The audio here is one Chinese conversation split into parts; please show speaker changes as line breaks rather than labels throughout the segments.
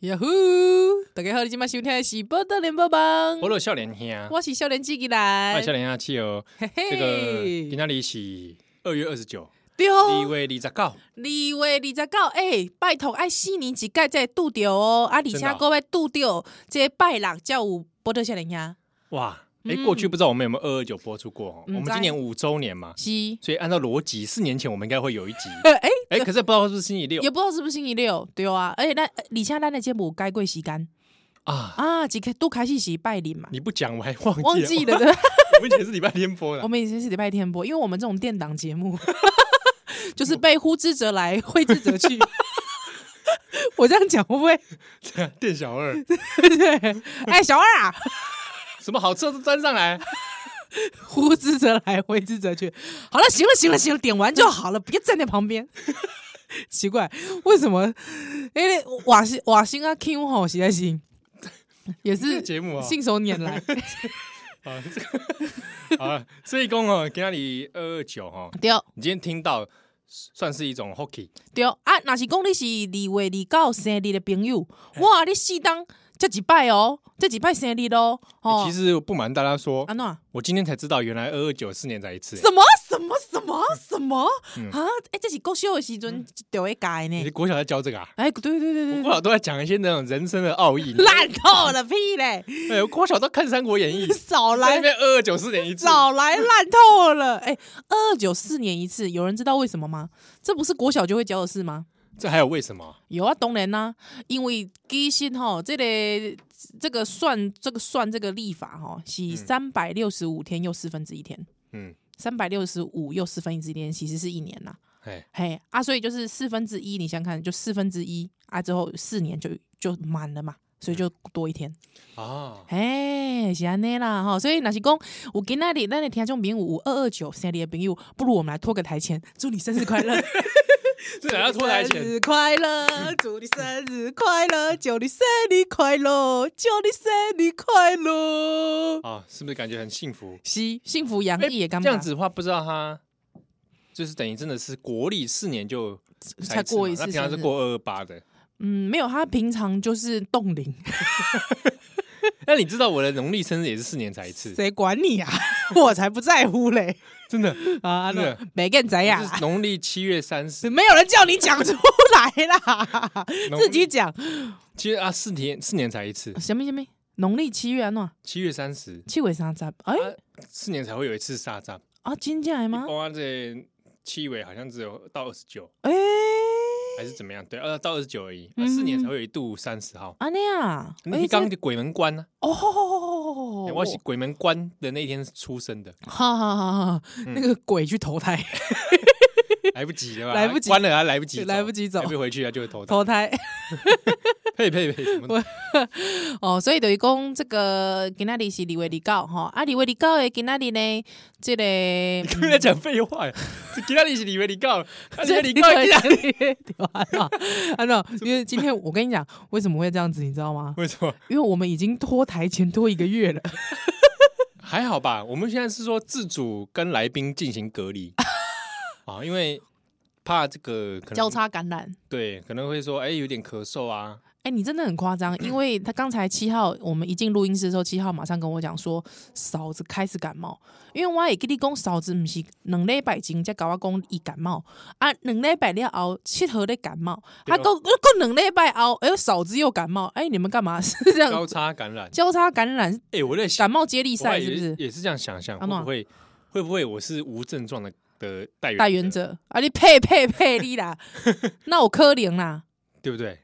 呀呼！大家好，你今麦收听的是《报道联播榜》，
我落笑脸兄，
嗯我是少年机器
爱
人
笑，脸兄气哦。
嘿
这个今
嘿，
天里是二月二十九，
对
一
哎哦，
位李十告，
二月二十九，哎，拜托，爱四年一届才会拄着哦，啊，而且
真的哦
各位拄着这拜六才有报道少年兄，
哇！哎
嗯，
过去不知道我们有没有二二九播出过哦？
嗯
我们今年五周年嘛，
是，
所以按照逻辑，四年前我们应该会有一集。
呃，哎，
哎，可是不知道是不是星期六
也不知道是不是星期六，对啊，而且咱，而且咱的节目有改过时间
啊？
啊，一开都开始是拜六嘛，
你不讲我还忘记
忘记
了，
了的。
我们以前是礼拜天播
我
的。
们以前是礼拜天播，因为我们这种电档节目， 就是被呼之则来，挥之 则去。我这样讲会不会？
店小二，
对，哎，小二啊，
什么好吃的都端上来。
呼之则来，挥之则去。好了，行了，行了，行了，点完就好了，别站在旁边。 奇怪，为什么？因为瓦西瓦星啊，King 吼实在是也
这
是
个节目啊，
信手拈 来。
啊，这个啊，所以讲哦，今天里二二九哈，
对
你今天听到算是一种 hockey。
对啊，若是讲你是二月二九生日的朋友，哇，你四当这一摆哦，这一摆生日咯。哦，
欸
啊
其实不瞒大家说，
安诺，
我今天才知道，原来二二九四年才一次、欸。
什么什么什么什么啊？哎、这是国小的时阵就会改
嗯你
呢。
国小在教这个啊？
哎，对对对对
我国，小都在讲一些那种人生的 奥义。
烂透了屁嘞！
哎、我国小都看《三国演义》，
少
在那
来
边二二九四年一次。
少来烂透了！哎，二九四年一次，有人知道为什么吗？这不是国小就会教的事吗？
这还有为什么？
有啊，当然啦、因为基薪吼，这个这个算这个算这个历法吼，是三百六十五天又四分之一天，
嗯，
三百六十五又四分之一天，其实是一年呐、
哎，
嘿啊，所以就是四分之一，你想想看，就四分之一啊，之后四年就就满了嘛，所以就多一天。
啊，
嘿，是安尼啦吼，所以若是讲有今仔日咱的听众朋友有二二九生日的朋友，不如我们来拖个台前，祝你生日快乐，
这哪要拖台
生
前？
日快乐，祝你生日快乐，祝你生日快乐，祝你生日快乐。
啊，是不是感觉很幸福？哎
是幸福洋溢的感
这
觉，
样子的话，不知道他就是等于真的是国历四年就
才过一次
嘛那平常是
生日
过二二八的。
嗯，没有，他平常就是冻龄，
那哎你知道我的农历生日也是四年才一次，
谁管你啊？ 我才不在乎嘞。
真的，
啊，
真
那
的
没跟怎样
就？是农历七月三十。
没有人叫你讲出来 啦，
农
自己讲。
其实啊，四年四年才一次，
什么什么？农历七月啊，喏，
七月三十，
七月三十。哎、
啊哦四年才会有一次沙扎。
啊，真假的吗？
包括这七尾好像只有到二十九，
哎、
还是怎么样？对，呃，到二十九而已，
嗯
呃四年才会有一度三十号。
安尼啊，
那
哎
天刚
这
的鬼门关呢、
哦
哎，我是鬼门关的那一天出生 的，
哈哈哈哈，
嗯
那个鬼去投 胎，
来不及了吧？
来不及
关了还来不及，
来不及走哦
还没回去啊就会投胎。
投胎
呸呸呸！什么
哦，所以等于讲这个今仔日是李月李告哈，啊李月李告的今仔日呢，这个 嗯
你 不要讲废话呀！这今天你是李维你告，啊李维你告，
这
今天
个 今天对吧？安诺，因为今天我跟你讲，为什么会这样子，你知道吗？
为什么？
因为我们已经拖台前拖一个月
嗯
了，
还好吧？我们现在是说自主跟来宾进行隔 离啊，因为怕这个可能
交叉感染。
对，可能会说，哎、有点咳嗽啊，
哎、你真的很夸张， 因为他刚才七号我们一进录音室的时候，七号马上跟我讲说嫂子开始感冒，因为我也跟你讲嫂子不是两礼拜前才跟我讲伊感冒，啊两礼拜了后七号咧感冒，
对
啊
哦
够够两礼拜后，哎、嫂子又感冒，哎、你们干嘛 是这样
交叉感染。
交叉感染
哎、我在
嗯
想，
感冒接力
我
赛
也
是不是？
也是这样想象，
啊
会
那
不会会不会我是无症状的的代
大原则啊，你配配配你 啦，那我柯林啦，
对不对？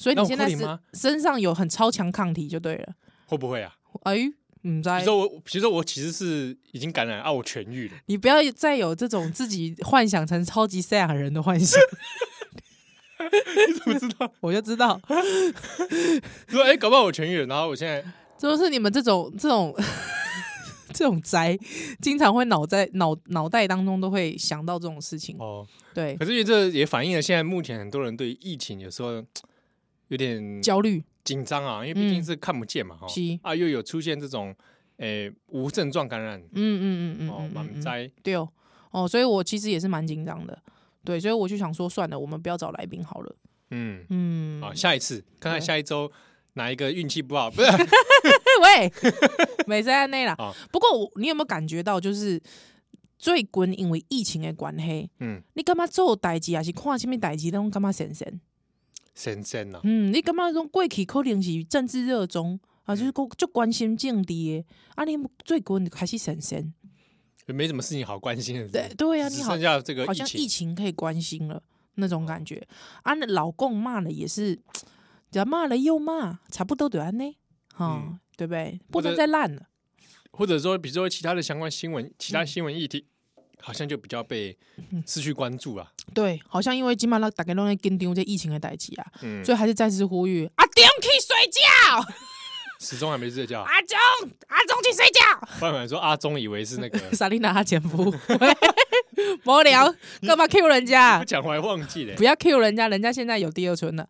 所以
那
你
我
现在
柯林
是
吗
身上有很超强抗体就对了，
会不会啊？
哎。唔知
比如说我，比如说我其实是已经感染啊，我痊愈了，
你不要再有这种自己幻想成超级赛亚人的幻想，
你怎么知道？
我就知道，
说哎、搞不好我痊愈了，然后我现在
就是你们这种这种 这种宅，经常会脑在脑脑袋当中都会想到这种事情。
哦，
对，
可是因为这也反映了现在目前很多人对疫情有时候有点
焦虑
紧张啊，因为毕竟是看不见嘛，哈、
是
啊，又有出现这种诶、无症状感染
嗯嗯嗯嗯
哦
嗯，，
满
嗯嗯
灾、
对哦，哦，所以我其实也是蛮紧张的。对，所以我就想说，算了，我们不要找来宾好了。
嗯，
嗯，
好，下一次看看
对
下一周哪一个运气不 好，不是
喂，美在内啦
好。
不过我你有没有感觉到，就是最近因为疫情的关系，
嗯，
你干嘛做代志还是看什么代志，拢干嘛神神？
神仙啊呐，
嗯，你感觉种过去可能是政治热衷
嗯
啊，就是讲就关心政治的，啊，你最近就开始神神，
也没什么事情好关心的，
对对啊，
只
你好
剩下这个
好
疫
像
情，
疫情可以关心了那种感觉。啊，那老公骂了也是，只要骂了又骂，差不多对安呢，哈、
嗯
对不对？
或
不
者
能再烂了。
或者说比如说其他的相关新
嗯
闻，其他新闻议题好像就比较被失去关注啊，
对，好像因为今晚大家都在跟丢这疫情的代志啊，
嗯，
所以还是再次呼吁阿丁去睡觉，
始终还没睡觉。
阿忠阿忠去睡觉。
不然说阿啊忠以为是 那个，
莎莉娜她前夫， 无聊，干嘛 Q 人家
不？讲我还忘记了
不。要 Q 人家，人家现在有第二春 了。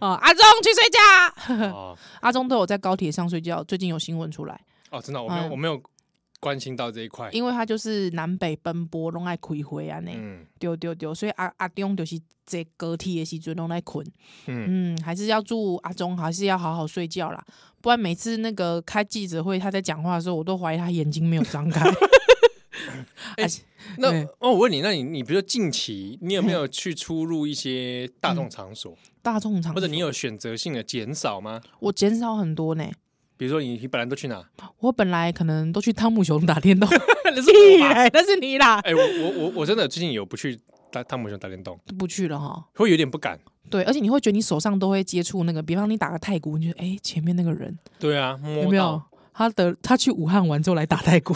哦，阿忠去睡觉。
哦
阿忠都有在高铁上睡觉，最近有新闻出来，
哦，真的，我没有
嗯
我没有关心到这一块。
因为他就是南北奔波，拢爱开会啊，那
嗯
丢丢丢，所以阿阿忠就是坐高铁的时阵拢在困。
嗯，
嗯，还是要祝阿忠，还是要好好睡觉啦，不然每次那个开记者会，他在讲话的时候，我都怀疑他眼睛没有张 开。
那
对
哦，我问你，那你你比如说近期你有没有去出入一些大
嗯
众场所，
大众场
或者你
所
有选择性的减少吗？
我减少很多呢，
比如说你你本来都去 哪？
我本来可能都去汤姆熊打电动，
那是
屁
吧
嘞，那是你啦，
哎，我我我我真的最近有不去打汤姆熊打电动，
都不去了哈。
会有点不敢。
对，而且你会觉得你手上都会接触那个，比方你打个太鼓，你就哎、前面那个人
对啊，
有
摸
没有
到，？
他的他去武汉玩之后来打太鼓，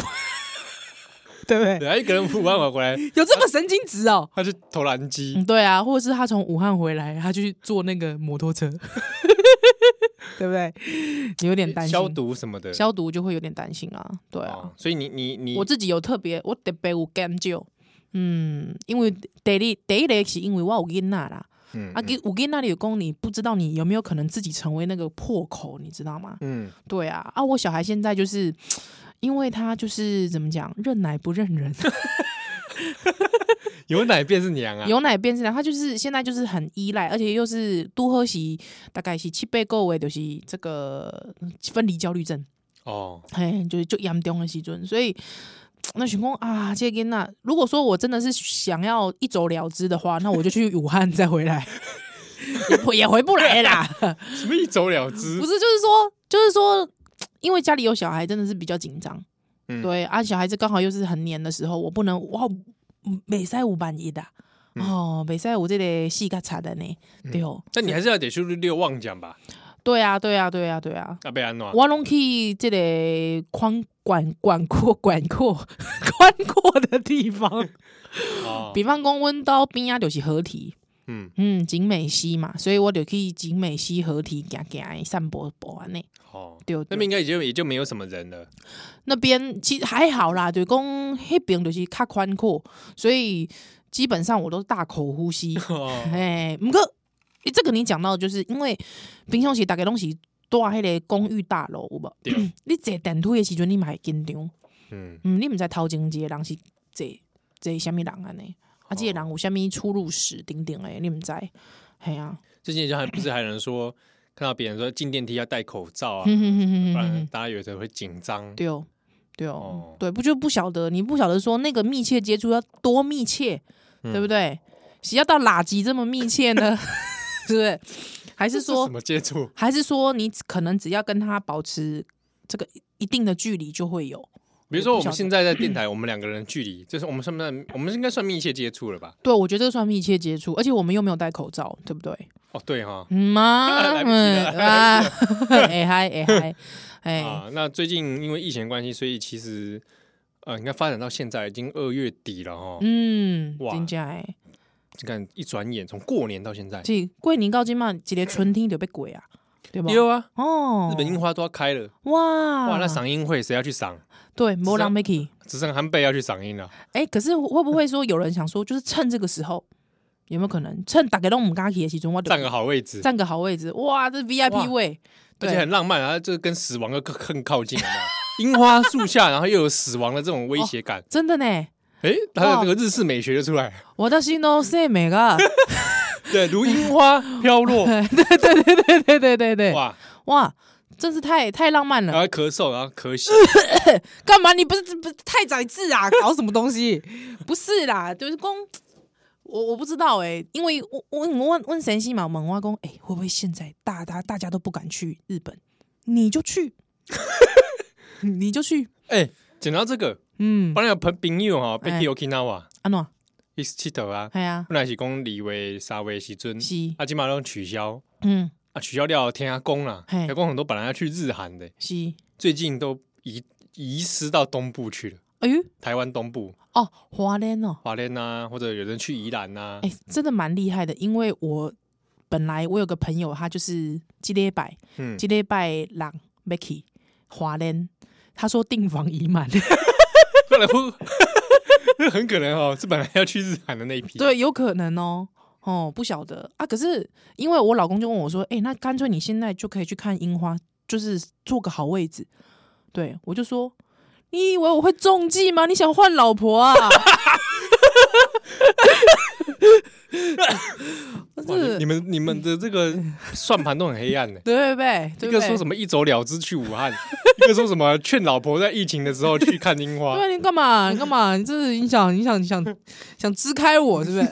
对不对？
对啊，一个人不玩玩回来，
有这么神经质哦、
他是投篮机
嗯，，对啊，或者是他从武汉回来，他就去坐那个摩托车， 对不对？你有点担心
消毒什么的。
消毒就会有点担心啊，对啊。
哦所以你你你
我自己有特别，我特别有感觉，嗯，因为第一第一个是因为我有囡仔啦，
嗯
啊，给有囡仔你有讲你不知道你有没有可能自己成为那个破口，你知道吗？
嗯，
对啊，啊，我小孩现在就是。因为他就是怎么讲，认奶不认 人，
啊有奶便是娘啊。
有奶便是奶，他就是现在就是很依赖，而且又是多喝洗，大概是七八个月就是这个分离焦虑症，
哦，
嘿，就是就严重的时阵，所以那想讲啊，这个那如果说我真的是想要一走了之的话，那我就去武汉再回来， 也不也回不来 啦。
什么一走了之
不？是，就是说，就是说，因为家里有小孩，真的是比较紧张。
嗯
对啊，小孩子刚好又是很黏的时候，我不能哇，北塞五万一的、
嗯
哦，北塞五这个戏较差的呢，对哦，
但你还是要得去六旺讲吧，
对啊，对啊，对啊，对啊，
要被安暖。
我拢去这个宽管管阔管阔宽阔的地方，
哦，
比方讲，阮到边啊就是河堤，
嗯，
嗯，景美溪嘛，所以我就去景美溪河堤行行散步步安尼，
哦，
对对
那边应该也就也就没有什么人了。
那边其实还好啦，对，公那边就是较宽阔，所以基本上我都是大口呼吸。
哦，
哎，不过诶这个你讲到，就是因为平常时大概拢是住迄个公寓大楼，有无？
对，
你坐电梯的时阵，你嘛会紧张，
嗯，
嗯，你毋知头前一个人是坐坐什物人安尼，啊，即、
哦
个人有啥物出入史等等诶，你毋知，系啊，
最近就还不是还有人说看到别人说进电梯要戴口罩 啊，
哼嗯哼哼
不
哼哼
然
哼，
大家有时候会紧张。
对哦，对哦，
哦
对，不就不晓得，你不晓得说那个密切接触要多密切，
嗯
对不对？是要到垃圾这么密切 呢？是不是？还是
这
说
什么接触？
还是说你可能只要跟他保持这个一定的距离就会有？
比如说我
不晓
们
得
现在在电台，我们两个人距离，就是我们算不算？我们应该算密切接触了吧？
对，我觉得这算密切接触，而且我们又没有戴口罩，对不对？
哦，对 哈。
嗯吗？
来不及
嗯
了
啊，哎嗨哎嗨哎，
啊，那最近因为疫情的关系，所以其实呃，你看发展到现在已经二月底了哈。
嗯，
哇
真假哎，
你看一转眼，从过年到现在，
这过年到今嘛，一个春天就被鬼啊，对吧？
有啊，
哦，啊
日本樱花都要开了，
哇
哇，那赏樱会谁要去赏？
对，没人 Mickey，
只剩韩贝要去赏樱了。
哎，可是会不会说有人想说，就是趁这个时候，有没有可能趁大家都唔敢去的时候，我就
占个好位置，
占个好位置？哇，这
哇
VIP 位，
而
对
且很浪漫，然后这跟死亡
哦
又更更靠近了。樱花树下，然后又有死亡的这种威胁感，
真的呢。
哎，它的这个日式美学就出来了，
我的心都是美 个，
对，如樱花飘落，
对对对 对对，
哇，
哇，真是太太浪漫
然
了！
后咳嗽，然后 咳血，
干嘛？你不是不是太宰治啊？搞什么东 西？不是啦，就是公，我我不知道哎、因为我我我问问神西嘛，猛蛙公哎，会不会现在大大大家都不敢去日本，你就 去，你就去，
哎，讲到这个，
嗯，
本来有朋朋友哈，被
哎
k o k i n a w a
安诺，
一起佚佗啊，
哎呀，
本来是讲李维、沙维、时尊，
是，
啊，今嘛都取消
嗯，
啊，取消掉天下宫啦，
嘿
天下宫很多本来要去日韩的，
是，
最近都移移师到东部去了，
哎呦，
台湾东部
哦，华莲哦，
华联呐，或者有人去宜兰啊呐，
哎、真的蛮厉害的，因为我本来我有个朋友，他就是基列百。
嗯，
今礼拜人 m a k y 华人，他说订房已满，
可能会 很可能哦，是本来要去日韩的那一批，
对，有可能哦。哦，不晓得啊。可是因为我老公就问我说：“哎、那干脆你现在就可以去看樱花，就是坐个好位置。对”我就说：“你以为我会中计吗？你想换老婆啊？”
哇，你你
是，。
们你们的这个算盘都很黑暗呢
对不对？
一
对不
个
对
说什么一走了之去武汉， 一个说什么劝老婆在疫情的时候去看樱花
对，啊，你干嘛？你干嘛？你这是你想你想你想想支开我是不是？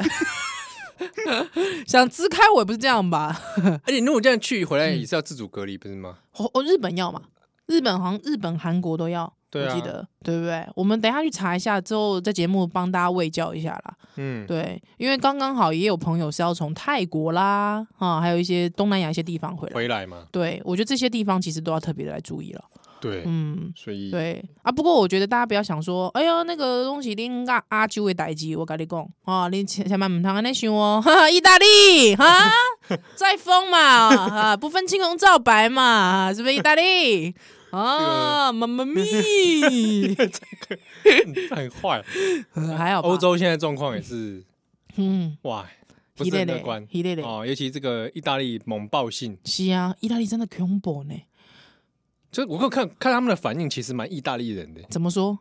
想支开我也不是这样吧？
而且如果这样去回来也是要自主隔离，不是吗？
哦哦，日本要嘛？日本好像日本、韩国都要，
对啊
我记得对不对？我们等一下去查一下，之后在节目帮大家喂教一下啦。
嗯，
对，因为刚刚好也有朋友是要从泰国啦啊，还有一些东南亚一些地方回来。
回来嘛，
对，我觉得这些地方其实都要特别的来注意了。
对，
嗯，
所以
对啊，不过我觉得大家不要想说，哎呀，那个东西啊恁阿阿舅的代志，我跟你讲啊，你千千万唔通安尼想哦， 哈哈，意大利哈，再疯嘛，啊，不分青红皂白嘛，啊是不是意大利？啊，妈妈 咪，
很坏。
还好吧
欧，洲现在状况也是
嗯，
哇，不是很乐观
一类的，
哦，尤其这个意大利猛爆性，
是啊，意大利真的恐怖呢，
就我看看他们的反应，其实蛮意大利人的，
怎么说？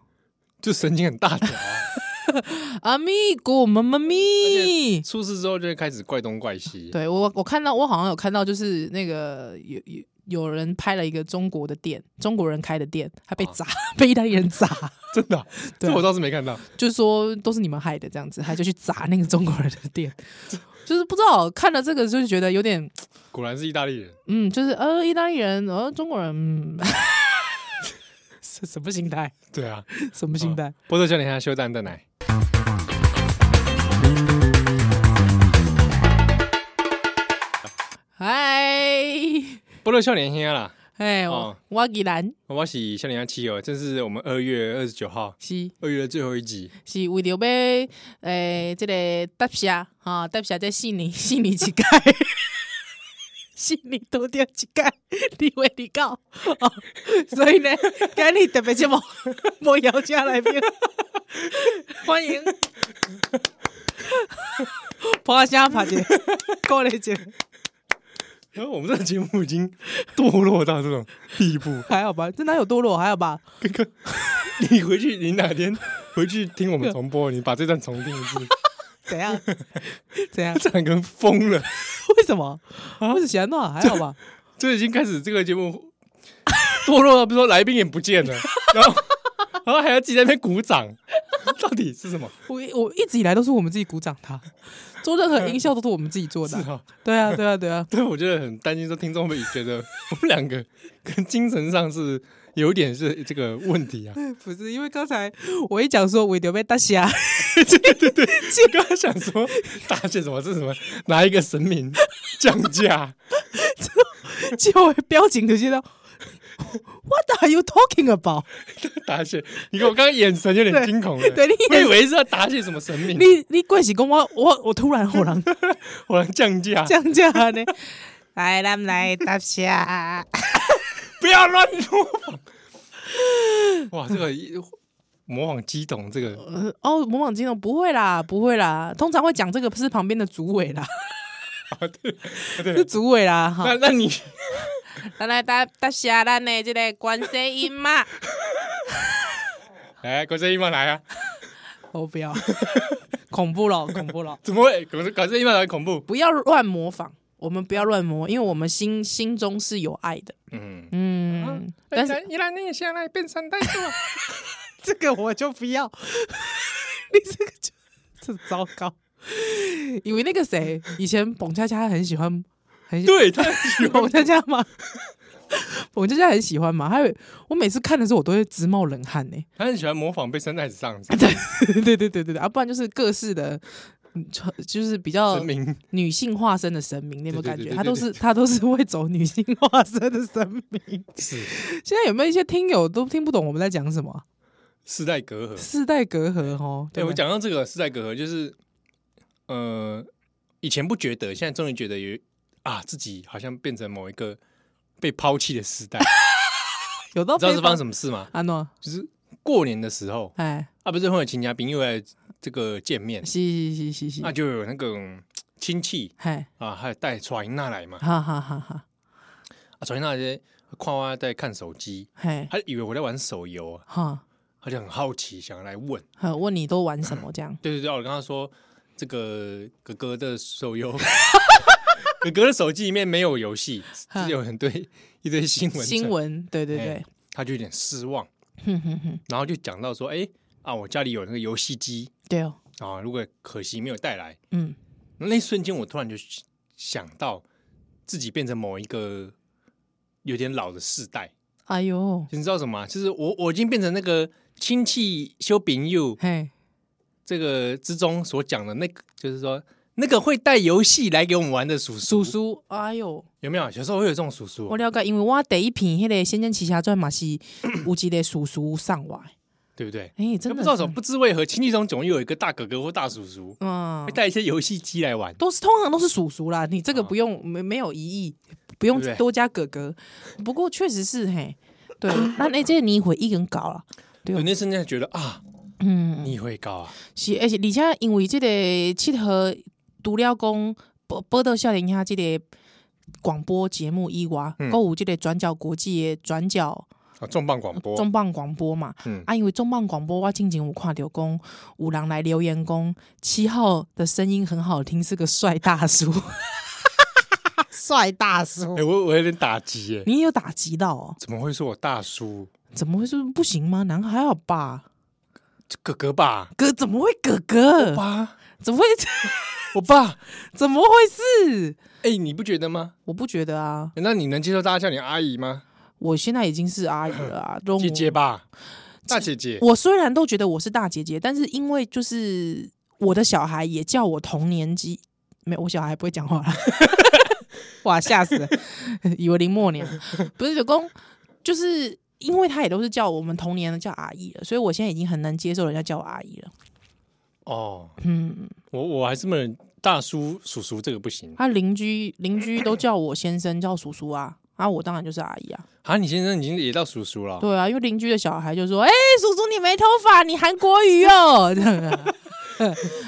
就神经很大条 啊，
阿咪哥，妈妈咪，
出事之后就会开始怪东怪西。
对我我看到我好像有看到，就是那个有有有人拍了一个中国的店，中国人开的店，还被砸，被意大利人砸，
真的啊，
对
这我倒是没看到。
就是说都是你们害的这样子，他就去砸那个中国人的店，就是不知道看了这个就是觉得有点
果然是意大利人，
嗯，就是呃意大利人呃中国人，嗯、 是什么心态？
对啊。
什么心态？
波特教练他修蛋蛋奶，
嗨、
波特教练兄啊啦，
哎我、
哦
我依然
我是笑脸兄七友，这是我们二月二十九号，
是
二月的最后一集。
是为了要诶、呃这个搭下哈，搭下在悉尼，悉尼一届， 悉尼多掉一届，你为你告哦，所以呢，今日特别节目， 无邀请来宾，欢迎，拍声拍者，鼓励者，
然后我们这个节目已经堕落到这种地步，
还好吧？这哪有堕落？还好吧？
你回去，你哪天 回去听我们重播，你把这段重听一次，
怎样？怎 样？
这两个人疯了，
为什么？为什么？还好吧？
这已经开始这个节目堕落到，比如说来宾也不见了，然后然后还要自己在那边鼓掌，到底是什么？
我一我一直以来都是我们自己鼓掌他，做任何音效都是我们自己做
嗯是
的啊、
啊，
对啊，对啊，对 啊，
对，我觉得很担心，说听众会不会觉得我们两个跟精神上是有点是这个问题 啊。
不是因为刚才我一讲说我丢被啊大侠，
我刚刚想说，大家觉得什么？这是什么？拿一个神明降价？
结果标警就接到 What are you talking about？
答谢，你看我刚刚眼神有点惊恐了，
对对
我
你
以为是要答谢什么神明，
你你贵喜公我我我突然火狼
我来降价，
降价啊呢？来，咱们来啊大侠，
不要乱模仿。哇，这个一模仿激动，这个
呃哦，模仿金融不会啦，不会啦，通常会讲这个是旁边的组委 啦，是
啊对。
组委啦哈
那。那你
咱来大大侠，咱的这个观世音嘛。
哎来，国珍一帮来啊！
我不要，恐怖了，恐怖了。
怎么会？可是可是一般来恐怖。
不要乱模仿，我们不要乱模，因为我们心心中是有爱的。
嗯，
嗯，但是
依然你下来变成代数，
这个我就不要，你这个就这糟糕。因为那个谁，以前彭恰恰很喜欢，很喜
对他喜欢
彭恰恰吗？彭恰恰很喜欢嘛，还有我每次看的时候，我都会直冒冷汗呢、
他很喜欢模仿被生在子上 是吧
对对对对对对，啊，不然就是各式的，嗯就是比较
神明，
女性化身的神明，你有没有
对对
感
对
觉？
对
他
对
都
对
是他都是会走女性化身的神明。
是
现在有没有一些听友都听不懂我们在讲什么啊？
世代隔阂。
世代隔阂哦，
对
不
哎我讲到这个世代隔阂，就是呃，以前不觉得，现在终于觉得有啊，自己好像变成某一个 被抛弃的时代。你
有到
知道是发
么？
生什么事吗？
阿诺，
就是过年的时候
哎，
啊，不是会有亲家宾又来这个见面，
是是是是
那
是，
就有那个嗯亲戚
嗨，
啊，还有带传英娜来嘛，
哈哈哈哈，
啊，传英娜在看我在看手机，
嗨，
他以为我在玩手游啊，
哈，
他就很好奇，想要来问。
哈问你都玩什么 这样？
对对对，我跟他说这个哥哥的手游， 哥哥的手机里面没有游戏，
哈
只有很堆 一堆新闻。
新，闻，对对对
哎，他就有点失望，
哼哼哼，
然后就讲到说，哎啊，我家里有那个游戏机
对哦，
啊，如果可惜没有带来，
嗯，
那一瞬间我突然就想到自己变成某一个有点老的世代，
哎呦，
你知道什么吗？就是我我已经变成那个亲戚修饼友
嘿，
这个之中所讲的那个，就是说那个会带游戏来给我们玩的叔
叔叔，哎呦，
有没有？小时候会有这种叔叔
我，了解，因为我第一篇迄个《仙剑奇侠传》嘛是有一个叔叔上外，
对不对？
哎，
真
真
不
的
知道
是
怎么，不知为何亲戚中总有一个大哥哥或大叔叔
嗯
会，带一些游戏机来玩，
都是通常都是叔叔啦，你这个
啊
不用、没没有疑义，不用
对不对
多加哥哥。不过确实是嘿， 对，那那这个你会一人搞了，对
有那瞬间觉得啊，
嗯，
你会高啊，
是而且而且因为这个七和除了讲报报道少年兄这个广播节目以外，
嗯
购有这个转角国际的转角
啊，重磅广播，
重磅广播嘛，
嗯
啊，因为重磅广播我静前有看到讲有人来留言讲七号的声音很好听，是个帅大 叔，帅大叔
哎，我我有点打击耶，
你也有打击到哦？
怎么会说我大叔？
怎么会说不行吗？男孩还好吧？
这哥哥吧，
哥怎么会哥哥？
爸，啊
怎么会
我爸，
怎么会是？
哎，你不觉得吗？
我不觉得啊，
那你能接受大家叫你阿姨吗？
我现在已经是阿姨了啊，都
姐姐吧，大姐姐，
我虽然都觉得我是大姐姐，但是因为就是我的小孩也叫我同年级，没有我小孩不会讲话了， 哇吓死了，以为林默娘 不是九公，就是因为他也都是叫我们同年的叫阿姨了，所以我现在已经很难接受人家叫我阿姨了。
哦，
嗯，
我我还是没有大叔叔叔这个不行
他啊邻居邻居都叫我先生叫叔叔啊，啊我当然就是阿姨啊，
啊！你先生已经也到叔叔了，
对啊，因为邻居的小孩就说：“哎、叔叔你没头发，你韩国语哦。” 这样啊，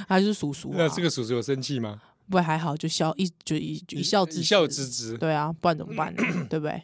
还是叔叔、啊，
那这个叔叔有生气吗？
不还好，就笑一就一就一笑置
一笑置之。
对啊，不然怎么办 呢？对不对？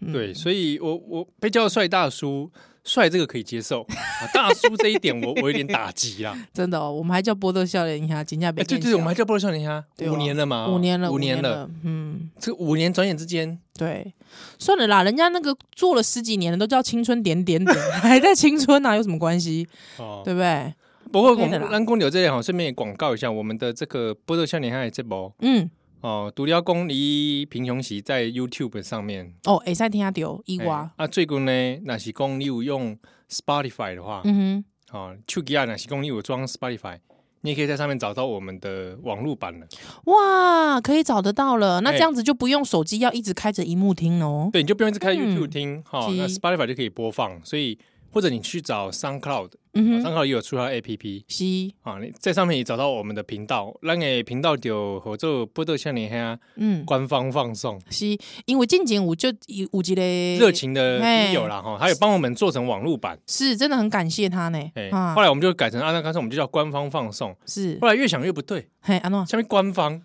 嗯
对，所以我我被叫帅大叔，帅这个可以接受，啊、大叔这一点我我有点打击啊。
真的、哦，我们还叫波多笑脸一下，金价
哎，
别
对对，我们还叫波多少年啊，
对啊
五年了嘛，
五年了，
五年
年
了，，
嗯，
这五年转眼之间，
对，算了啦，人家那个做了十几年的都叫青春点点 点，还在青春啊哪、有什么关系？
哦，
对不对？
不过
OK
我
的
们
啦
蓝公牛这里好，顺便也广告一下我们的这个波多少年还这波
嗯，
哦，独聊公离贫穷席在 YouTube 上面
哦，哎，赛听下丢伊
哇
娃，
啊，最近呢，那是公你有用 Spotify 的话，
嗯哼，
哦，手机啊，那是公你有装 Spotify，你也可以在上面找到我们的网络版了。
哇，可以找得到了，那
哎
这样子就不用手机要一直开着荧幕听了哦。
对，你就不用一直开
嗯
YouTube 听哈、那
是
Spotify 就可以播放。所以或者你去找 SoundCloud，SoundCloud、
嗯哼，
SoundCloud 也有出它的 APP
是，
啊，你在上面也找到我们的频道，那个频道就合作波多像你哈
嗯，
官方放送，
是因为近前我就有有一个
热情的
哎
听友啦哈，还有帮我们做成网络版。
是真的很感谢他呢
哎、。
啊
后，来我们就改成啊，那干脆我们就叫官方放送。
是
后来越想越不对，
嘿，安诺
下面官方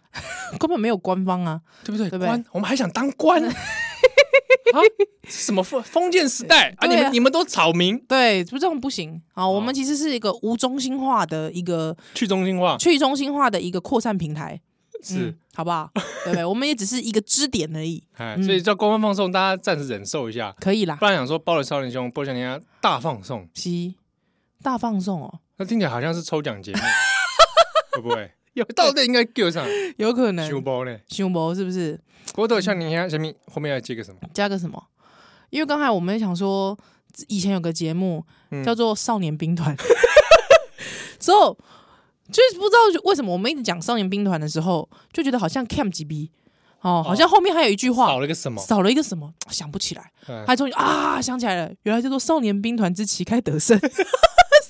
根本没有官方啊，
对不对？
对不对
官，我们还想当官，啊，什么封封建时代啊？
对啊
你们你们都草民，
对，就这种不行。好，我
哦
们其实是一个无中心化的一个
去中心化
去中心化的一个扩散平台，
啊是
嗯，好不好？ 对不对？我们也只是一个支点而已，
哎，
嗯
所以叫官方放送，大家暂时忍受一下，
可以啦
不。然想说包了少年兄，包了少年家大放送，
西大放送哦，
那听起来好像是抽奖节目， 会不会？
有
到底应该叫 上
有可能
修包呢？
修博是不是？
我都有像你一样，下面后面要接个什么？
加个什么？因为刚才我们想说，以前有个节目
嗯
叫做《少年兵团》 之后就是不知道为什么我们一直讲少年兵团的时候，就觉得好像 cam 几 b 哦，好像后面还有一句话
少了个什么？
少了一个什么，想不起来。
嗯
他终于啊想起来了，原来叫做《少年兵团之旗开得 胜》，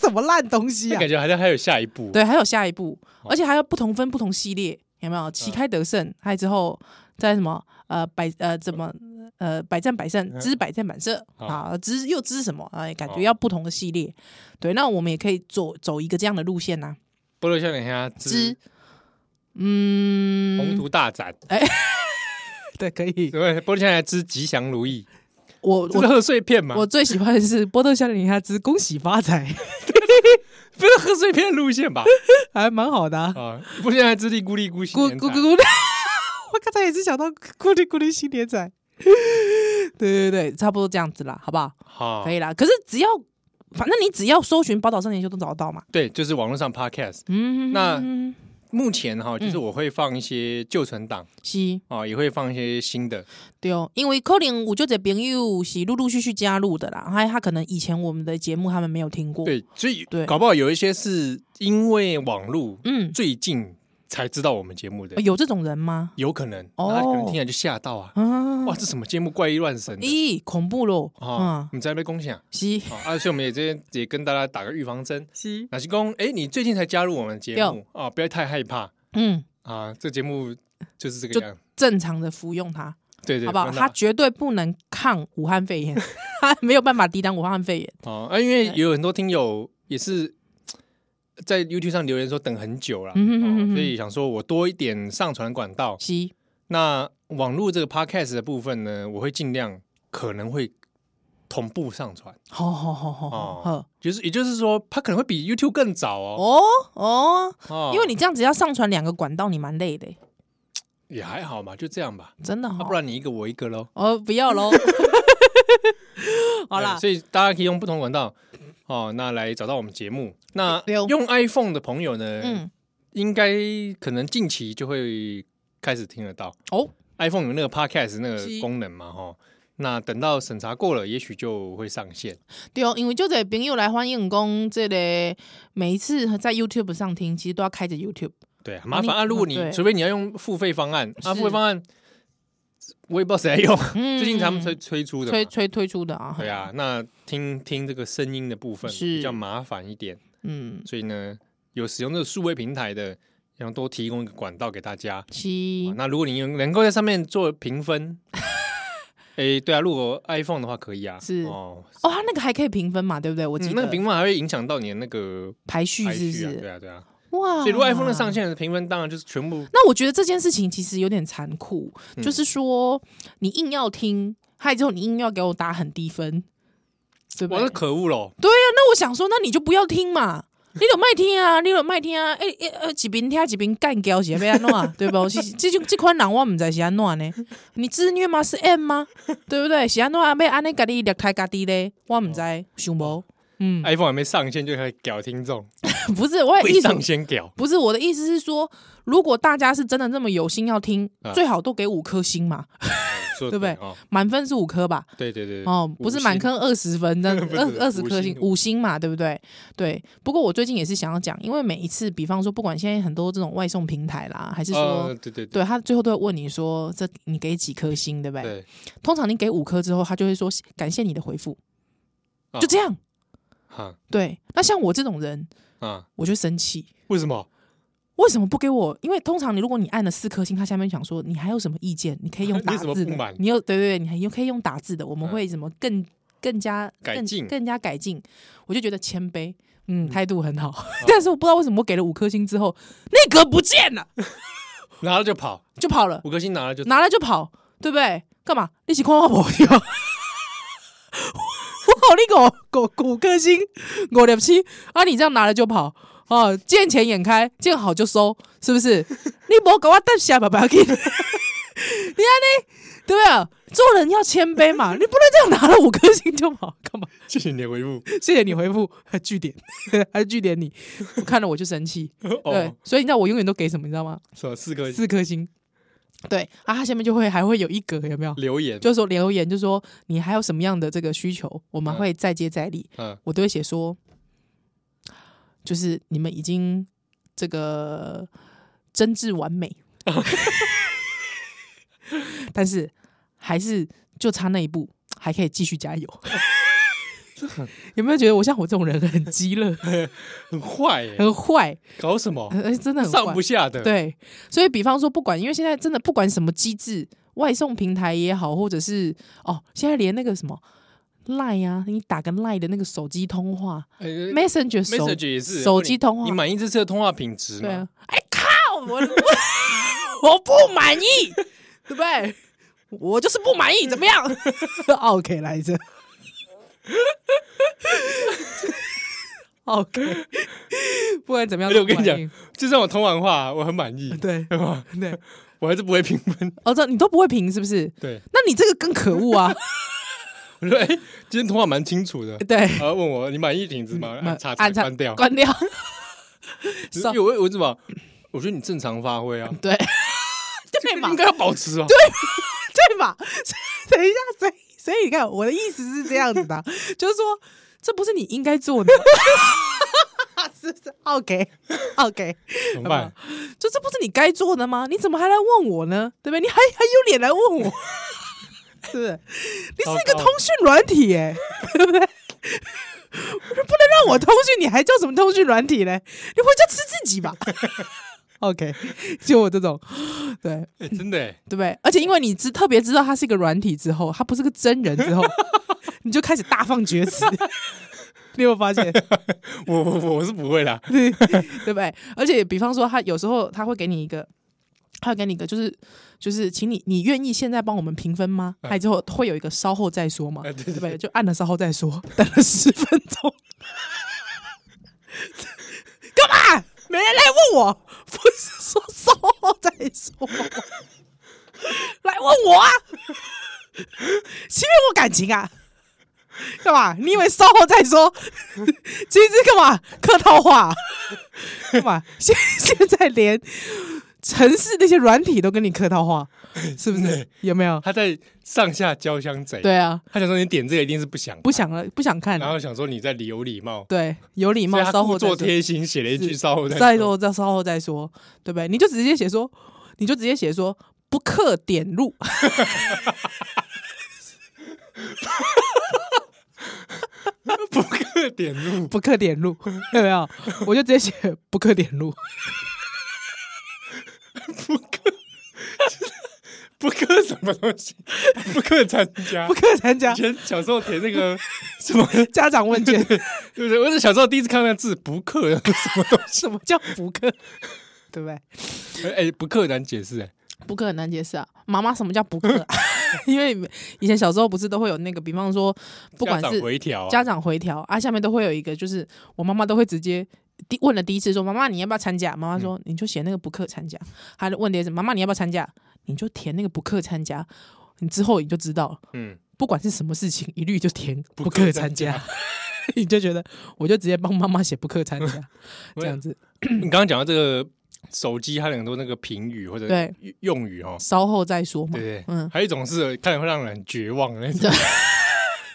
什么烂东西
那
啊
感！觉好像还有下一步。
对，还有下一步，
好
而且还要不同分不同系列，有没有？
嗯
旗开得胜，还有之后再什么呃百呃怎么呃百战百胜，
嗯
知百战百胜
好
啊，知又知什么啊？哎感觉
好
要不同的系列。对，那我们也可以走走一个这样的路线呐、
菠萝少年家之
知，嗯，哎
宏图大展，
对，可以。
对，菠萝少年家之吉祥如意，
我
这是
我
贺岁片嘛？
我最喜欢的是波特夏令家之恭喜发财，
不是贺岁片的路线吧？
还蛮好 的、啊。
啊，菠萝少年家之利咕利咕新
咕
年
咕咕
展
咕的， 我刚才也是想到咕噜咕噜新年仔。 对对对，差不多这样子啦，好不好？
好
可，以啦。可是只要，反正你只要搜寻宝岛少年秀都找得到嘛。
对，就是网络上 podcast。
嗯，
那
嗯
目前哈，就是我会放一些旧存档
是
啊，也会放一些新的。
对哦，因为可能我就这朋友是陆陆续续加入的啦，还他可能以前我们的节目他们没有听过。，
对，所以
哦对
搞不好有一些是因为网络
嗯，
最近才知道我们节目的，
有这种人吗？
有可能，
哎哦
他可能听了就吓到啊，
啊，
哇，这什么节目怪力乱神的
咦，恐怖咯！
啊
啊！，
你在那边共享
是
啊，啊所以我们也这边也跟大家打个预防针。
是，
哪些公，哎，你最近才加入我们节目啊，不要太害怕
嗯，
啊，这节目就是这
就
个样，
正常的服用它。
对对，
好不好？
让
他
他
绝对不能抗武汉肺炎， 他没有办法抵挡武汉肺炎。
哦，啊，因为有很多听友也是在 YouTube 上留言说等很久了，
嗯哼哼哼
哦
哼
所以想说我多一点上传管道。
是，
那网络这个 Podcast 的部分呢，我会尽量可能会同步上传，
好好好好
哦
好，呵
就是也就是说，它可能会比 YouTube 更早哦。
哦哦，
哦
因为你这样子要上传两个管道，你蛮累的，
也还好嘛，就这样吧，
真的
啊、
哈
不。然你一个我一个喽。
哦，不要喽。 好啦
对，所以大家可以用不同管道哦，那来找到我们节目。那
对哦
用 iPhone 的朋友呢，
嗯，
应该可能近期就会开始听得到。
哦，
iPhone 有那个 Podcast 那个
是
功能嘛，哈。那等到审查过了，也许就会上线。
对哦，因为就这朋友来欢迎公，这类每一次在 YouTube 上听，其实都要开着 YouTube。
对啊，麻
哦你
烦啊！如果你
对
除非你要用付费方案啊，
是
付费方案我也不知道谁在用，
嗯，
最近他们推推出的
推
嘛。
推推出的啊，
对啊，那听听这个声音的部分
是
比较麻烦一点，
嗯，
所以呢，有使用这个数位平台的，要多提供一个管道给大家。
七
啊那如果你能够在上面做 评分，哎，对啊，如果 iPhone 的话可以啊，
是
哦，
哦，他那个还可以评分嘛，对不对？我记
嗯
得
那个评分还会影响到你的那个
排序
排
是不
序啊，
是？
对啊，对啊。
哇，
所以如果 iPhone 的上线的评分，当然就是全部
那我觉得这件事情其实有点残酷，
嗯
就是说你硬要听，嗨之后你硬要给我打很低分，对不
我
对？
的可恶喽，
那我想说，那你就不要听嘛，你有卖听啊，你有卖听啊，哎、哎呃几边听几边干掉是被安弄啊，对吧？是这种这款人我唔知道是安怎呢？你自虐吗？是 M 吗？对不对？是安怎要安尼家己掠开家己咧？我唔知
哦
道想无，嗯，
iPhone 还没上线就开始屌听众，
不是我的
会
意思
上先 屌，哦
不是我的意思是说，如果大家是真的那么有心要听，
啊
最好都给五颗星嘛，
对
对不对
哦，
满分是五颗吧？
对对对，对
哦，不是满，
五
坑二十分，这样
不是
二二十颗星
五星
五星嘛，对不对？对。不过我最近也是想要讲，因为每一次，比方说，不管现在很多这种外送平台啦，还是
星
说，
呃对对对
对他最后都会问你说，这你给几颗星，对不对？
对，
通常你给五颗之后，他就会说感谢你的回复，
啊
就这样。
哈
对。那像我这种人，
啊，
我就生气。
为什么？
为什么不给我？因为通常你如果你按了四颗星，他下面想说你还有什么意见，你可以用
你
打
怎么
字
不
的
满，
你有对对对，你还又可以用打字的，我们
嗯
会怎么更更加
改
更
进
更加改进。我就觉得谦卑，嗯，态度很好， 但是我不知道为什么我给了五颗星之后，那个不见了
拿了就跑，
就跑了，
五颗星拿了就
拿了就跑，对不对？干嘛？你是看我无对吧？我好你五五五颗星，五六七啊！你这样拿了就跑哦，见钱眼开，见好就收，是不是？你莫给我搭下吧，不要紧。你看你对不对？做人要谦卑嘛，你不能这样拿了五颗星就跑，干嘛？
谢谢你的回复。
谢谢你回复，还据点，还据点你，我看了我就生气。对
哦，，
所以你知道我永远都给什么，你知道吗？
什么四颗
四颗星。对啊，他下面就会还会有一格，有没有？
留言？
就是说留言，就说你还有什么样的这个需求，我们
嗯
会再接再厉。
嗯，
我都会写说，就是你们已经这个真挚完美， 但是还是就差那一步，还可以继续加油。 有没有觉得我像我这种人很激烈、
很坏耶，
很坏，
搞什么
呃真的很坏
上不？下的？
对，所以比方说，不管因为现在真的不管什么机制，外送平台也好，或者是哦，现在连那个什么。赖啊，你打跟赖的那个手机通话
对
，Messenger 手
Message 也是
手机通话
你满意这次的通话品质
对
吗
啊？，哎靠，我 我我不满意，对不对？我就是不满意，怎么样 哦？OK 来 着。OK，不管怎么样
而且
都
我
不
跟
满
你
意，
讲，就算我通完话，我很满意，
对
对吧？
对，
我还是不会评 分。
哦，这你都不会评是不是？
对，
那你这个更可恶 啊！
我说哎，今天通话蛮清楚的，
对， 呃
然后问我你满意品质吗？按叉叉
按
关掉，
关掉，
因为我我怎么？我觉得你正常 发挥啊，
对对嘛
应？该要保持啊。
对吧？等一下，所以所以你看，我的意思是这样子的， 就是说这不是你应该做 的，是不是？OK OK，
对，怎 么办？
啊嗯就这不是你该做的吗？你怎么还来问我呢？对不对？你还还有脸来问 我？是不是？你是一个
糟糕
通讯软体耶、 对不对？不能让我通讯，你还叫什么通讯软体嘞？你回家吃自己 吧。OK，就我这种，对，
哎，真的哎，
对不对？而且因为你知特别知道他是一个软体之后，他不是个真人 之后，你就开始大放厥词。 你有没有发现，
我我我是不会啦。
对不对？而且比方说，他有时候他会给你一个，他会给你一个，就是就是，请你你愿意现在帮我们评分吗？还之后会有一个稍后再说嘛，
嗯哎对对
不对？就按了稍后再说，等了十分钟，干嘛？没人来问我，不是说稍后再说吗，来问我啊， 欺骗我感情啊？干嘛？你以为稍后再说？ 其实干嘛客套话？干嘛？现现在连城市那些软体都跟你客套话，是不是
对？
有没有？
他在上下交相贼，
对啊，
他想说你点这个一定是不想，
不想了，不想看
然
了。
后想说你在有礼貌，
对，有礼
所
貌
以，他
稍后
故
再
作
说。
贴心写了一句
是
稍后
再
再
说
说，
再稍后再说，对不对？你就直接写说，你就直接写说不克点入，
不克点入，
不克点入，有没有？我就直接写不克点入，
不克，不克什么东西？不克参加
不。 克参加
以前小时候填那个 什么，对
家长问卷。
不对？我是小时候第一次看那个字“不克”什么东
什么叫不克？对不对？
西？ 哎，不克难解释哎。
补课很难解释啊，妈妈什么叫补课？ 因为以前小时候不是都会有那个，比方说不管
家长
是
回调啊，
家长回调啊，下面都会有一个，就是我妈妈都会直接第问了第一次说：“妈妈，你要不要参加？”妈妈说：“你就写那个补课参加。”还问第二次：“妈妈，你要不要参加？”你就填那个补课参加，你之后你就知道了。
嗯，
不管是什么事情，一律就填
不
不
克
克参
参加
加， 你就觉得我就直接帮妈妈写不克参加 这样子。
嗯你刚刚讲到这个手机，它有很多那个评语或者
对
用语哦，
稍后再说嘛，
对不对？
嗯
还有一种是看了会让人很绝望的那种。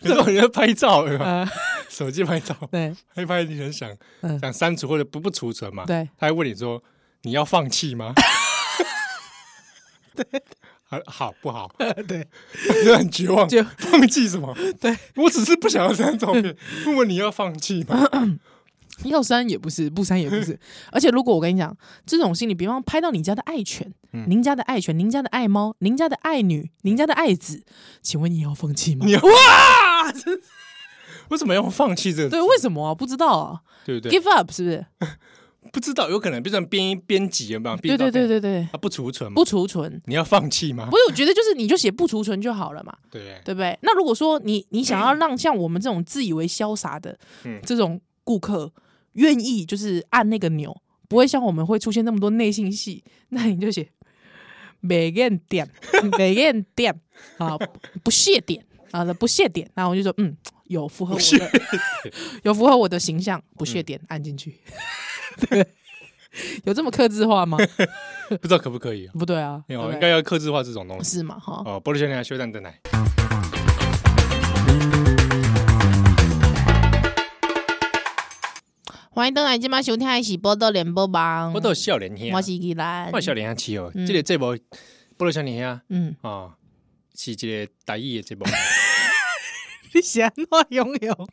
有时候 你在拍照，有没有
呃，
手机拍照，
对
拍一拍你很想
嗯
想删除或者不不储存嘛，
对，
他还问你说你要放弃吗？对， 好不好？
对，
就很绝望，
就
放弃什么？
对，
我只是不想要这张照片。问问你要放弃 吗？
要删也不是，不删也不 是。而且如果我跟你讲，这种心理，比方拍到你家的爱犬、
嗯
您家的爱犬、您家的爱猫、您家的爱女、您家的爱子，请问你也要放弃吗
你？要
哇，
为什么要放弃这个？
对，为什么啊？不知道啊
对不对？
，give up 是不是？
不知道，有可能变成编编辑有没有？
对对对
对，
对对，
啊，不储存嘛，
不储存，
你要放弃吗
不？是，我觉得就是你就写不储存就好了嘛，
对不对？
对不对？那如果说你你想要让像我们这种自以为潇洒的
嗯
这种顾客愿意就是按那个钮，不会像我们会出现那么多内心戏，那你就写每件点每件点啊不屑点啊不屑点，然后我就说嗯有符合我的有符合我的形象不
嗯
屑点、按进去， 对。有这么克制化吗？
不知道可不可以啊？
不对啊，对
没有，
不
应该
对
要克制化这种东西。
是嗯嘛哈。
哦，波多少年修蛋的奶，
欢迎登来，今晚收听的是《波多联播网》，
我都有笑脸兄，啊
我是依兰，
我笑脸兄七哦，
嗯
这个节目波多少年兄
嗯，
啊，是一个台语的节 目，
你是安怎拥有？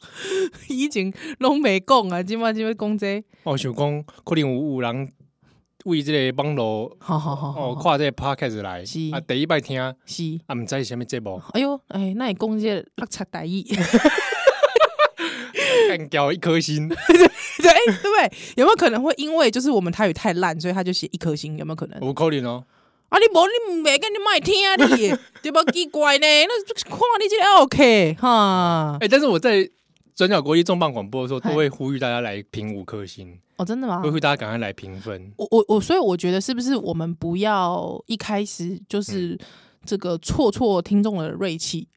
以前拢没讲啊，今晚今晚讲这
我哦想讲可能有有人为这个网络
好好好好，
哦
好
跨这个 podcast 来
是，
啊第一摆听啊，
是，
毋知是啥物节目，
哎呦，哎，那你讲这落差大 意，对
干掉一颗心，
对不对？有没有可能会因为就是我们台语太烂，所以他就写一颗星？有没有可能？
有可能哦。
啊，你无你没跟你卖听啊 你，对吧？奇怪呢，那就是看你这个 OK 哈？
哎，但是我在转角国际重磅广播的时候，
嗨
都会呼吁大家来评五颗星，
哦，真的吗
会？呼吁大家赶快来评分。
我我我，所以我觉得是不是我们不要一开始就是这个挫挫听众的锐气，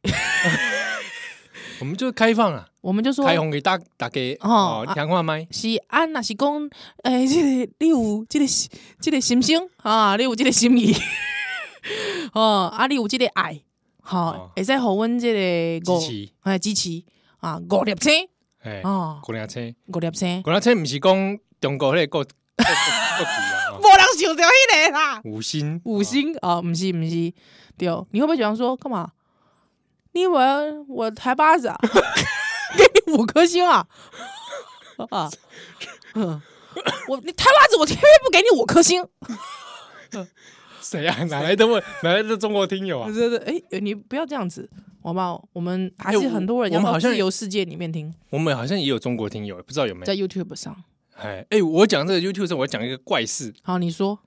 我们就开放啊，
我们就说
开放给大大家
哦
哦
啊，
听话麦。
是安那是讲，诶、这个你有这个心这个心声啊，你有这个心意，哦，啊，你有这个爱，
哦
好、会使互阮这个
支
五
持，
哎支持啊，五粒星
哎，
啊，
国辆车，
五粒星，
国辆车啊不是讲中国那个国 国国国旗啊，哦
无人想着迄个啦，
五星
五星啊，毋、是毋是，对，你会不会想说干嘛？你以为我台巴子啊？ 给你五颗星啊？啊，嗯， 我你台巴子，我偏偏不给你五颗星。
谁啊？ 哪来的问？哪来的中国听友啊
我？觉得，哎、你不要这样子，好不好？我们还
哎
是
我
很多人
我
要
们
到
好像
自由世界里面听，
我们好像也有中国听友，不知道有没有
在？YouTube 上。
哎哎，我讲这个 YouTube 的时候，我讲一个怪事。
好，你说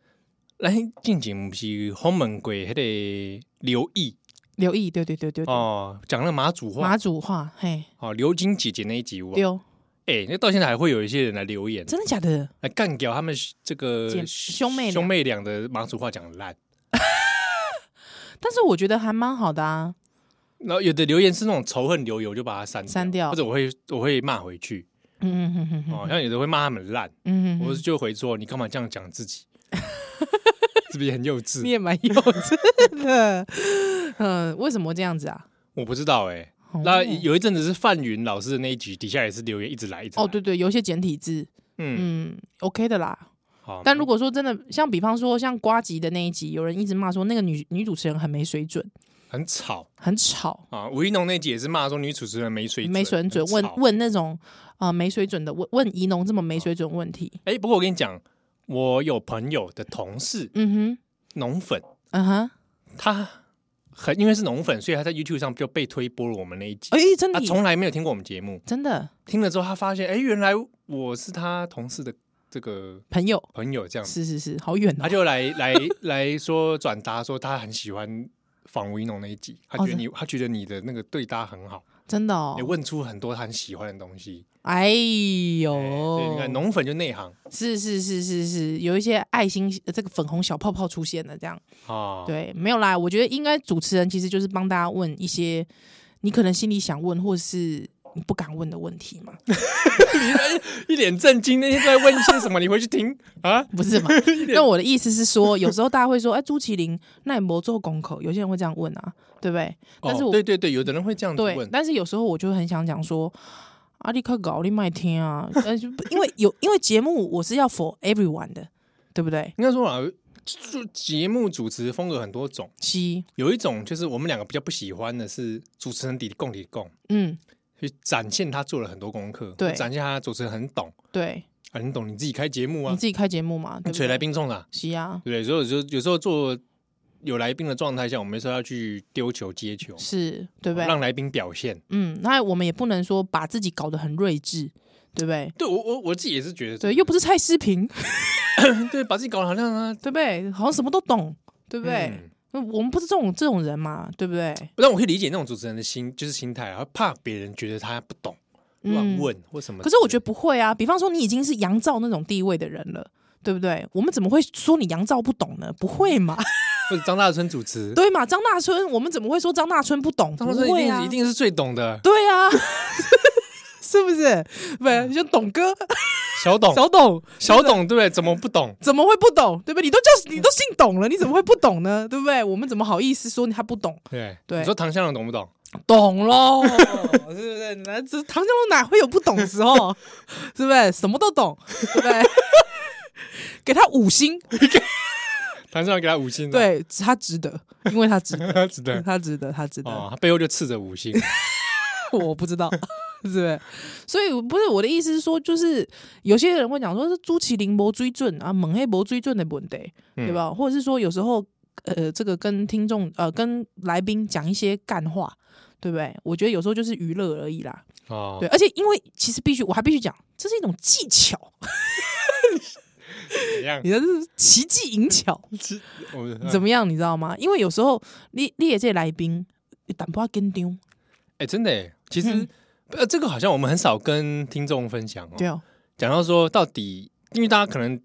来，近景不是红门鬼，还得刘毅
刘毅，对对对对对，
哦，讲了马祖话
马祖话，嘿，
哦，刘晶姐姐那一集哇，
丢，
哎，那到现在还会有一些人来留言，
真的假的？
来干掉他们这个
姐兄妹俩
兄妹俩的马祖话讲得烂。
但是我觉得还蛮好的啊，
然后有的留言是那种仇恨留言，我就把它删
删掉
或者我会我会骂回去。
嗯嗯嗯
哦，像有的会骂他们烂，
嗯嗯
我
嗯，
就回说你干嘛这样讲 自己？是不是很幼
你
稚？
也蛮幼稚的，嗯，为什么这样子啊？
我不知道哎。
哦
那有一阵子是范云老师的那一集，底下也是留言一直来一直来。
哦，，对对，有一些简体字，
嗯，
嗯，OK 的啦，
好。
但如果说真的，像比方说像瓜吉的那一集，有人一直骂说那个女女主持人很没水准，
很吵
很吵，
啊，吴一农那集也是骂说女主持人没水准，
没水准，
很
问
吵
问那种呃没水准的问问怡农这么没水准问题，
哎、不过我跟你讲，我有朋友的同事
嗯哼，
农粉，
嗯哼，
他很因为是农粉，所以他在 YouTube 上就被推播了我们那一集。
哎、真的
他从来没有听过我们节目，
真的
听了之后他发现，哎、原来我是他同事的这个
朋友，
朋友，这样，
是是是，好远哦，
他嗯啊就来来来说转达说他很喜欢仿维农那一集，他觉得你、他觉得你的那个对搭很好，
真的哦
也、，问出很多他很喜欢的东西。
哎
哎所以你看
呦，
农粉就内行
是是是是是，有一些爱心呃这个粉红小泡泡出现了，这样
啊，
对，没有啦，我觉得应该主持人其实就是帮大家问一些你可能心里想问或是你不敢问的问题嘛。
一脸震惊，那天在问一些什么？你回去听啊。
不是 嘛？那我的意思是说，有时候大家会说，哎，朱麒麟，那你没做功课？有些人会这样问啊，对不对？ 但是
哦
我、
对对对，有的人会这样子
对
问，
但是有时候我就很想讲说，啊，你快搞，你卖听啊！但是不因为有因为节目我是要 for everyone 的，对不对？
应该说啊，就节目主持风格很多种，
七，
有一种就是我们两个比较不喜欢的是主持人底供底供，
嗯，
去展现他做了很多功课，
对
展现他主持人很懂
对，
啊，你懂你自己开节目
你
啊，
自己开节目嘛，对
你
不
吹来
对？
宾冲啊，
是啊，
对不对？所以有时候有时候做有来宾的状态下，我们有时候要去丢球接球，
是对不对？
让来宾表现，
嗯，那我们也不能说把自己搞得很睿智，对不对？
对我我我自己也是觉得，
对，又不是蔡思平，
对，把自己搞得好像他，
对不对？好像什么都懂，对不对？
嗯
我们不是这种这种人嘛，对不对？
但我可以理解那种主持人的心，就是心态啊，怕别人觉得他不懂，乱
嗯
问或什么之类的。
可是我觉得不会啊，比方说你已经是杨照那种地位的人了。对不对？我们怎么会说你杨照不懂呢？不会嘛，
或者张大春主持，
对嘛？张大春，我们怎么会说张大春不懂？
嗯张大
不
春一
会
定、
啊，
一定是最懂的，
对啊， 是不是？不，你就董哥、
小嗯董，
小董，
小董对不对？怎么不懂？
怎么会不懂？对不对？你都叫你都姓董了，你怎么会不懂呢？对不对？我们怎么好意思说他不懂？
对
对
你说唐香龙懂不懂？
懂喽， 是不是？那这唐江龙哪会有不懂的时 候？是不是？什么都懂，对不对？给他五星，
唐香龙给他五星，，啊
对他值得，因为他值得，
值得。
他值得，他值得。
哦，他背后就刺着五星，
我不知道， 是不是？所以不是我的意思是说，就是有些人会讲说是朱麒麟没追准啊，猛黑没追准的问题，
嗯
对？吧？或者是说有时候呃，这个跟听众呃跟来宾讲一些干话，对不对？我觉得有时候就是娱乐而已啦。
哦，
对，而且因为其实必须我还必须讲，这是一种技巧，
嗯怎样？
你的是奇技淫巧，
我们
怎么样？你知道吗？因为有时候你你也这来宾。有淡薄跟丢，
哎、真的哎，其实、
嗯
呃，这个好像我们很少跟听众分享
对
哦。
哦，
讲到说到底，因为大家可能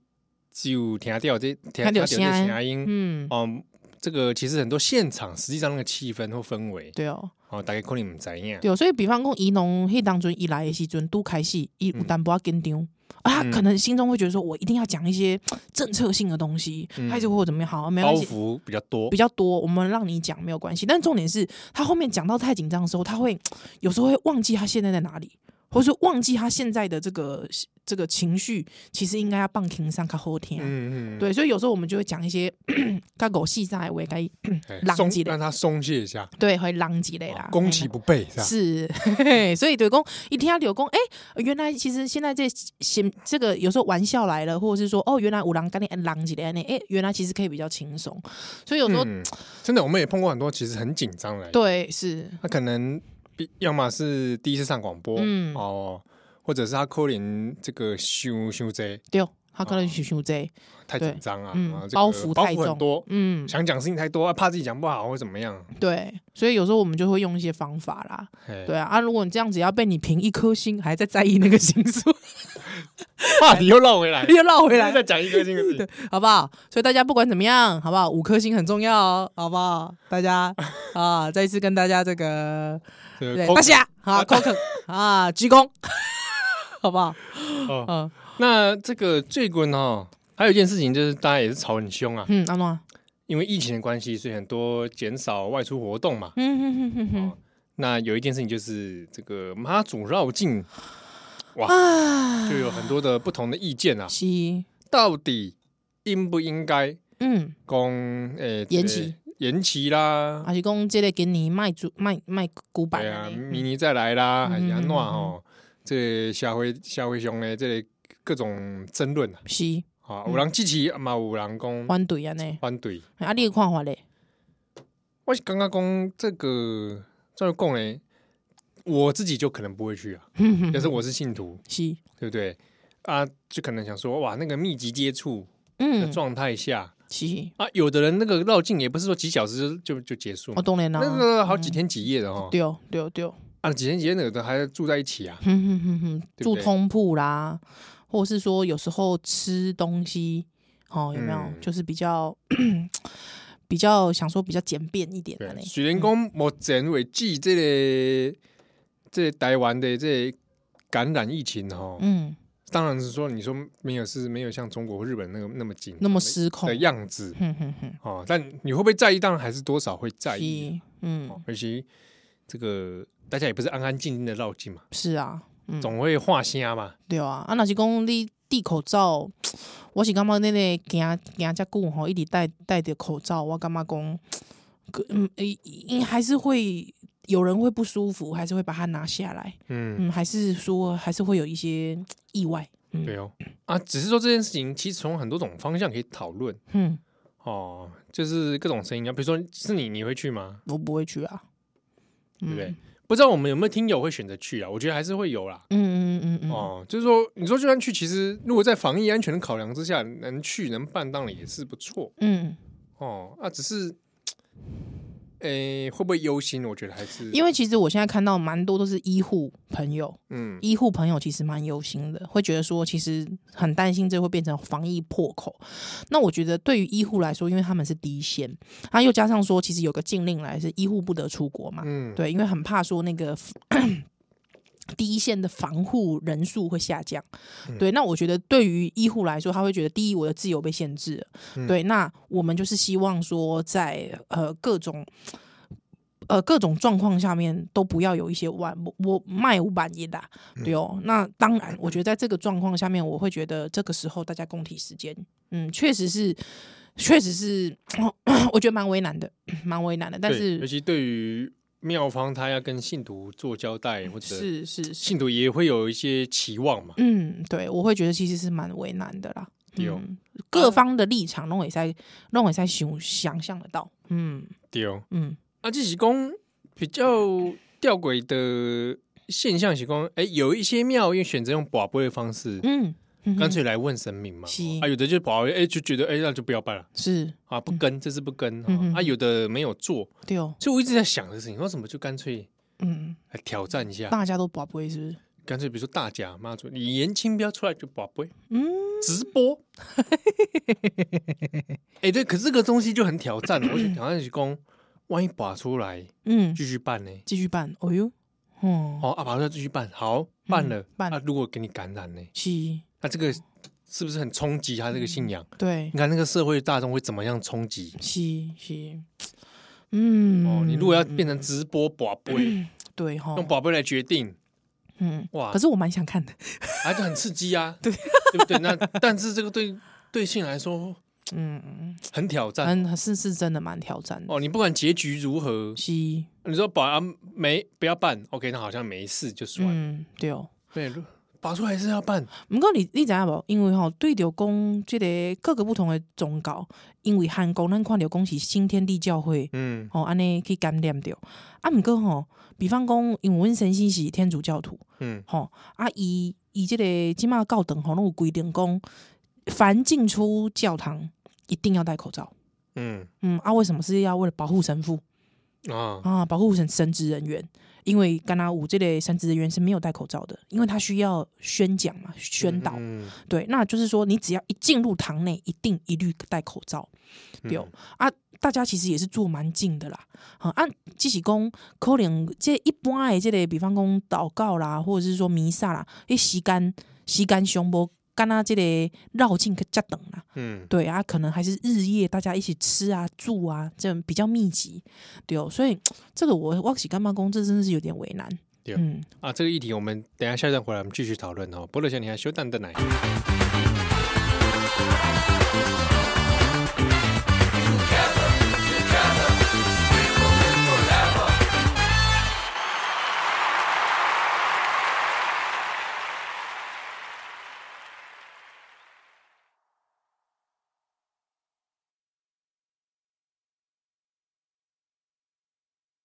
只有听掉这
听
听
到
这
声音
声音，
嗯，
嗯，这个其实很多现场实际上那个气氛或氛围，
对哦，
哦，大概可能唔知影。
对哦，所以比方讲，伊农迄当中伊来的时阵，都开始伊
嗯
有淡薄跟丢啊，他可能心中会觉得说，我一定要讲一些政策性的东西，
嗯
还是或怎么样，好，没
包
关系，
袱比较多
比，较多，我们让你讲没有关系。但重点是他后面讲到太紧张的时候，他会有时候会忘记他现在在哪里，或者说忘记他现在的这个这个情绪，其实应该要放轻上卡后天。
嗯嗯，
对，所以有时候我们就会讲一些 他狗戏在为该
哎
浪
松
一下
让他松懈一下，哦
对会浪几类啦，
攻其不备是吧？
是，嘿嘿所以对公一听到柳公，哎、原来其实现在这显这个有时候玩笑来了，或者是说哦，原来五郎跟你狼几类呢，哎、原来其实可以比较轻松，所以有时候、
嗯，真的，我们也碰过很多其实很紧张的来宾，
对是，
他可能比要么是第一次上广播，
嗯
哦，或者是他扣零这个修修这
对，他可能想想这
太
对
紧张啊，
嗯
啊这个
包袱
包
太
袱
重
很多，
嗯，
想讲事情太多，啊怕自己讲不好或怎么样，
对，所以有时候我们就会用一些方法啦，
哎
对啊，啊，如果你这样子要被你评一颗星，还在在意那个星数，
话题又绕回来，
又绕回来
再，讲一个这个事情，
好不好？所以大家不管怎么样，好不好？五颗星很重要哦，好不好？大 家啊，再一次跟大家这个
这个
对
口
大侠啊，口肯啊，鞠躬， 好不好？
哦
嗯
那这个最滚哦，还有一件事情就是大家也是吵很凶啊，
嗯，阿诺，
因为疫情的关系，所以很多减少外出活动嘛。
嗯哼哼哼哼
哦，那有一件事情就是这个妈祖绕 境，
啊，
就有很多的不同的意见啊，
是，
到底应不应该
嗯，
供诶
延期、
延期啦？
还是讲这个给你卖主卖卖古板
对
的
啊，
呢，
明年再来啦，
嗯
还是安
嗯嗯
怎
嗯
哦？这下回下回兄呢，这各种争论啊，
嗯是
啊，
嗯
有人支持嘛，有人讲
反对啊呢，
反对。
啊，你的看法 嘞？
我是刚刚讲这个，这个供嘞，我自己就可能不会去啊，
哼哼
但是我是信徒，
是，
对不对？啊，就可能想说，哇，那个密集接触的
嗯，
状态下、
是，
啊，有的人那个绕境也不是说几小时就就就结束
我哦
嘛，
当然啦
那，个好几天几夜的
啊
哦，
嗯对对对。
啊，几天几夜的都还住在一起啊，
哼哼哼哼，
对
住
不对
通铺啦，或是说有时候吃东西，哦，有没有、
嗯
就是比较 比较想说比较简便一点的
对
嘞，？
虽然讲目前为止，这个这个台湾的这个感染疫情哦，
嗯，
当然是说你说没有是没有像中国或日本那个那么紧
那么
张
失控
的，样子，
哼哼哼，
哦，但你会不会在意？当然还是多少会在意啊
是，嗯
哦，，尤其这个大家也不是安安静静的绕境嘛，
是啊，嗯，
总会画虾嘛。
对啊，啊，若是讲你戴口罩，我是感觉那个行行遮久吼，一直戴戴着口罩，我感觉讲，个嗯，诶，因还是会有人会不舒服，还是会把它拿下来，
嗯，
嗯，还是说还是会有一些意外，嗯，
对哦，啊，只是说这件事情其实从很多种方向可以讨论
嗯，
哦，就是各种声音啊，比如说是你，你会去吗？
我不会去啊，
对不对？不知道我们有没有听友会选择去啊？我觉得还是会有啦。
嗯嗯嗯嗯，嗯，
哦，就是说，你说就算去，其实如果在防疫安全的考量之下，能去能办，当然也是不错
嗯，
哦。啊，只是，诶、会不会忧心？我觉得还是
因为其实我现在看到蛮多都是医护朋友，
嗯，
医护朋友其实蛮忧心的，会觉得说其实很担心这会变成防疫破口。那我觉得对于医护来说，因为他们是第一线，啊，又加上说其实有个禁令来是医护不得出国嘛，
嗯，
对，因为很怕说那个 第一线的防护人数会下降。
嗯
对，那我觉得对于医护来说，他会觉得第一，我的自由被限制了。
嗯
对，那我们就是希望说在，呃各种。呃，各种状况下面都不要有一些万我我卖五板一啦，
嗯
对哦。那当然，我觉得在这个状况下面，我会觉得这个时候大家共体时间，嗯，确实是，确实是， 我觉得蛮为难的， 蛮为难的。但
对
是
尤其对于妙方，他要跟信徒做交代，或者
是是是，
信徒也会有一些期望嘛。
嗯，对，我会觉得其实是蛮为难的啦。
对哦
嗯，各方的立场，弄也在，弄也在想想象得到。嗯
对哦，
嗯
啊，这是讲比较吊诡的现象是讲，哎、有一些庙因为选择用寡播的方式，
嗯，嗯
干
哼
脆来问神明嘛
是。
啊，有的就保哎、就觉得哎、那就不要办了
是
啊，不跟，这次不跟
嗯哼
啊。啊，有的没有做，
对哦，
所以我一直在想的事情，为什么就干脆
嗯，
来挑战一下？
大家都宝贝是不是？
干脆比如说大甲妈祖，你严清标出来就宝贝
嗯，
直 播。哎、对，可是这个东西就很挑战。我想挑战是讲，万一拔出来
嗯，
继续办呢？
继续办。哦呦，哦，
哦，啊，拔出来继续办，好办了，
嗯办
啊，如果给你感染呢？
是，
那这个是不是很冲击他这个
嗯
信仰？
对
你，看那个社会大众会怎么样冲击？
是是，嗯，
哦，你如果要变成直播宝贝，
对哈，
用宝贝来决定，
嗯，
哇
可是我蛮想看的。
啊，就很刺 激啊，对对不对？那但是这个对对性来说
嗯，
很挑战
很是是真的蛮挑战的。
哦。你不管结局如何，
是，
你说保安没不要办，OK，那好像没事就算了。
嗯，对哦。
对，如拔出来是要办，
毋过你你知影无？因为吼、对着讲即个各个不同的宗教，因为韩国咱看着讲是新天地教会，
嗯
吼安尼去感染着。啊，毋过吼，比方讲，因为阮先生是天主教徒，
嗯
吼、啊伊伊即个即马教堂吼拢有规定讲，凡进出教堂一定要戴口罩。
嗯
嗯，啊，为什么是要为了保护神父
啊，
啊，保护神神职人员？因为干那五这类神职人员是没有戴口罩的，因为他需要宣讲嘛，宣导。
嗯
对，那就是说，你只要一进入堂内，一定一律戴口罩。对、哦啊，大家其实也是做蛮近的啦。啊，按只是讲，可能这一般的这个，比方讲祷告啦，或者是说弥撒啦，迄时间时间上无干那这个绕境去较长啦。
嗯
对啊，可能还是日夜大家一起吃啊、住啊，这样比较密集，对哦。所以这个我我是干嘛工，这真的是有点为难。
对
嗯，
啊，这个议题我们等一下下一段回来我们继续讨论哦。波乐先，你还休蛋的奶。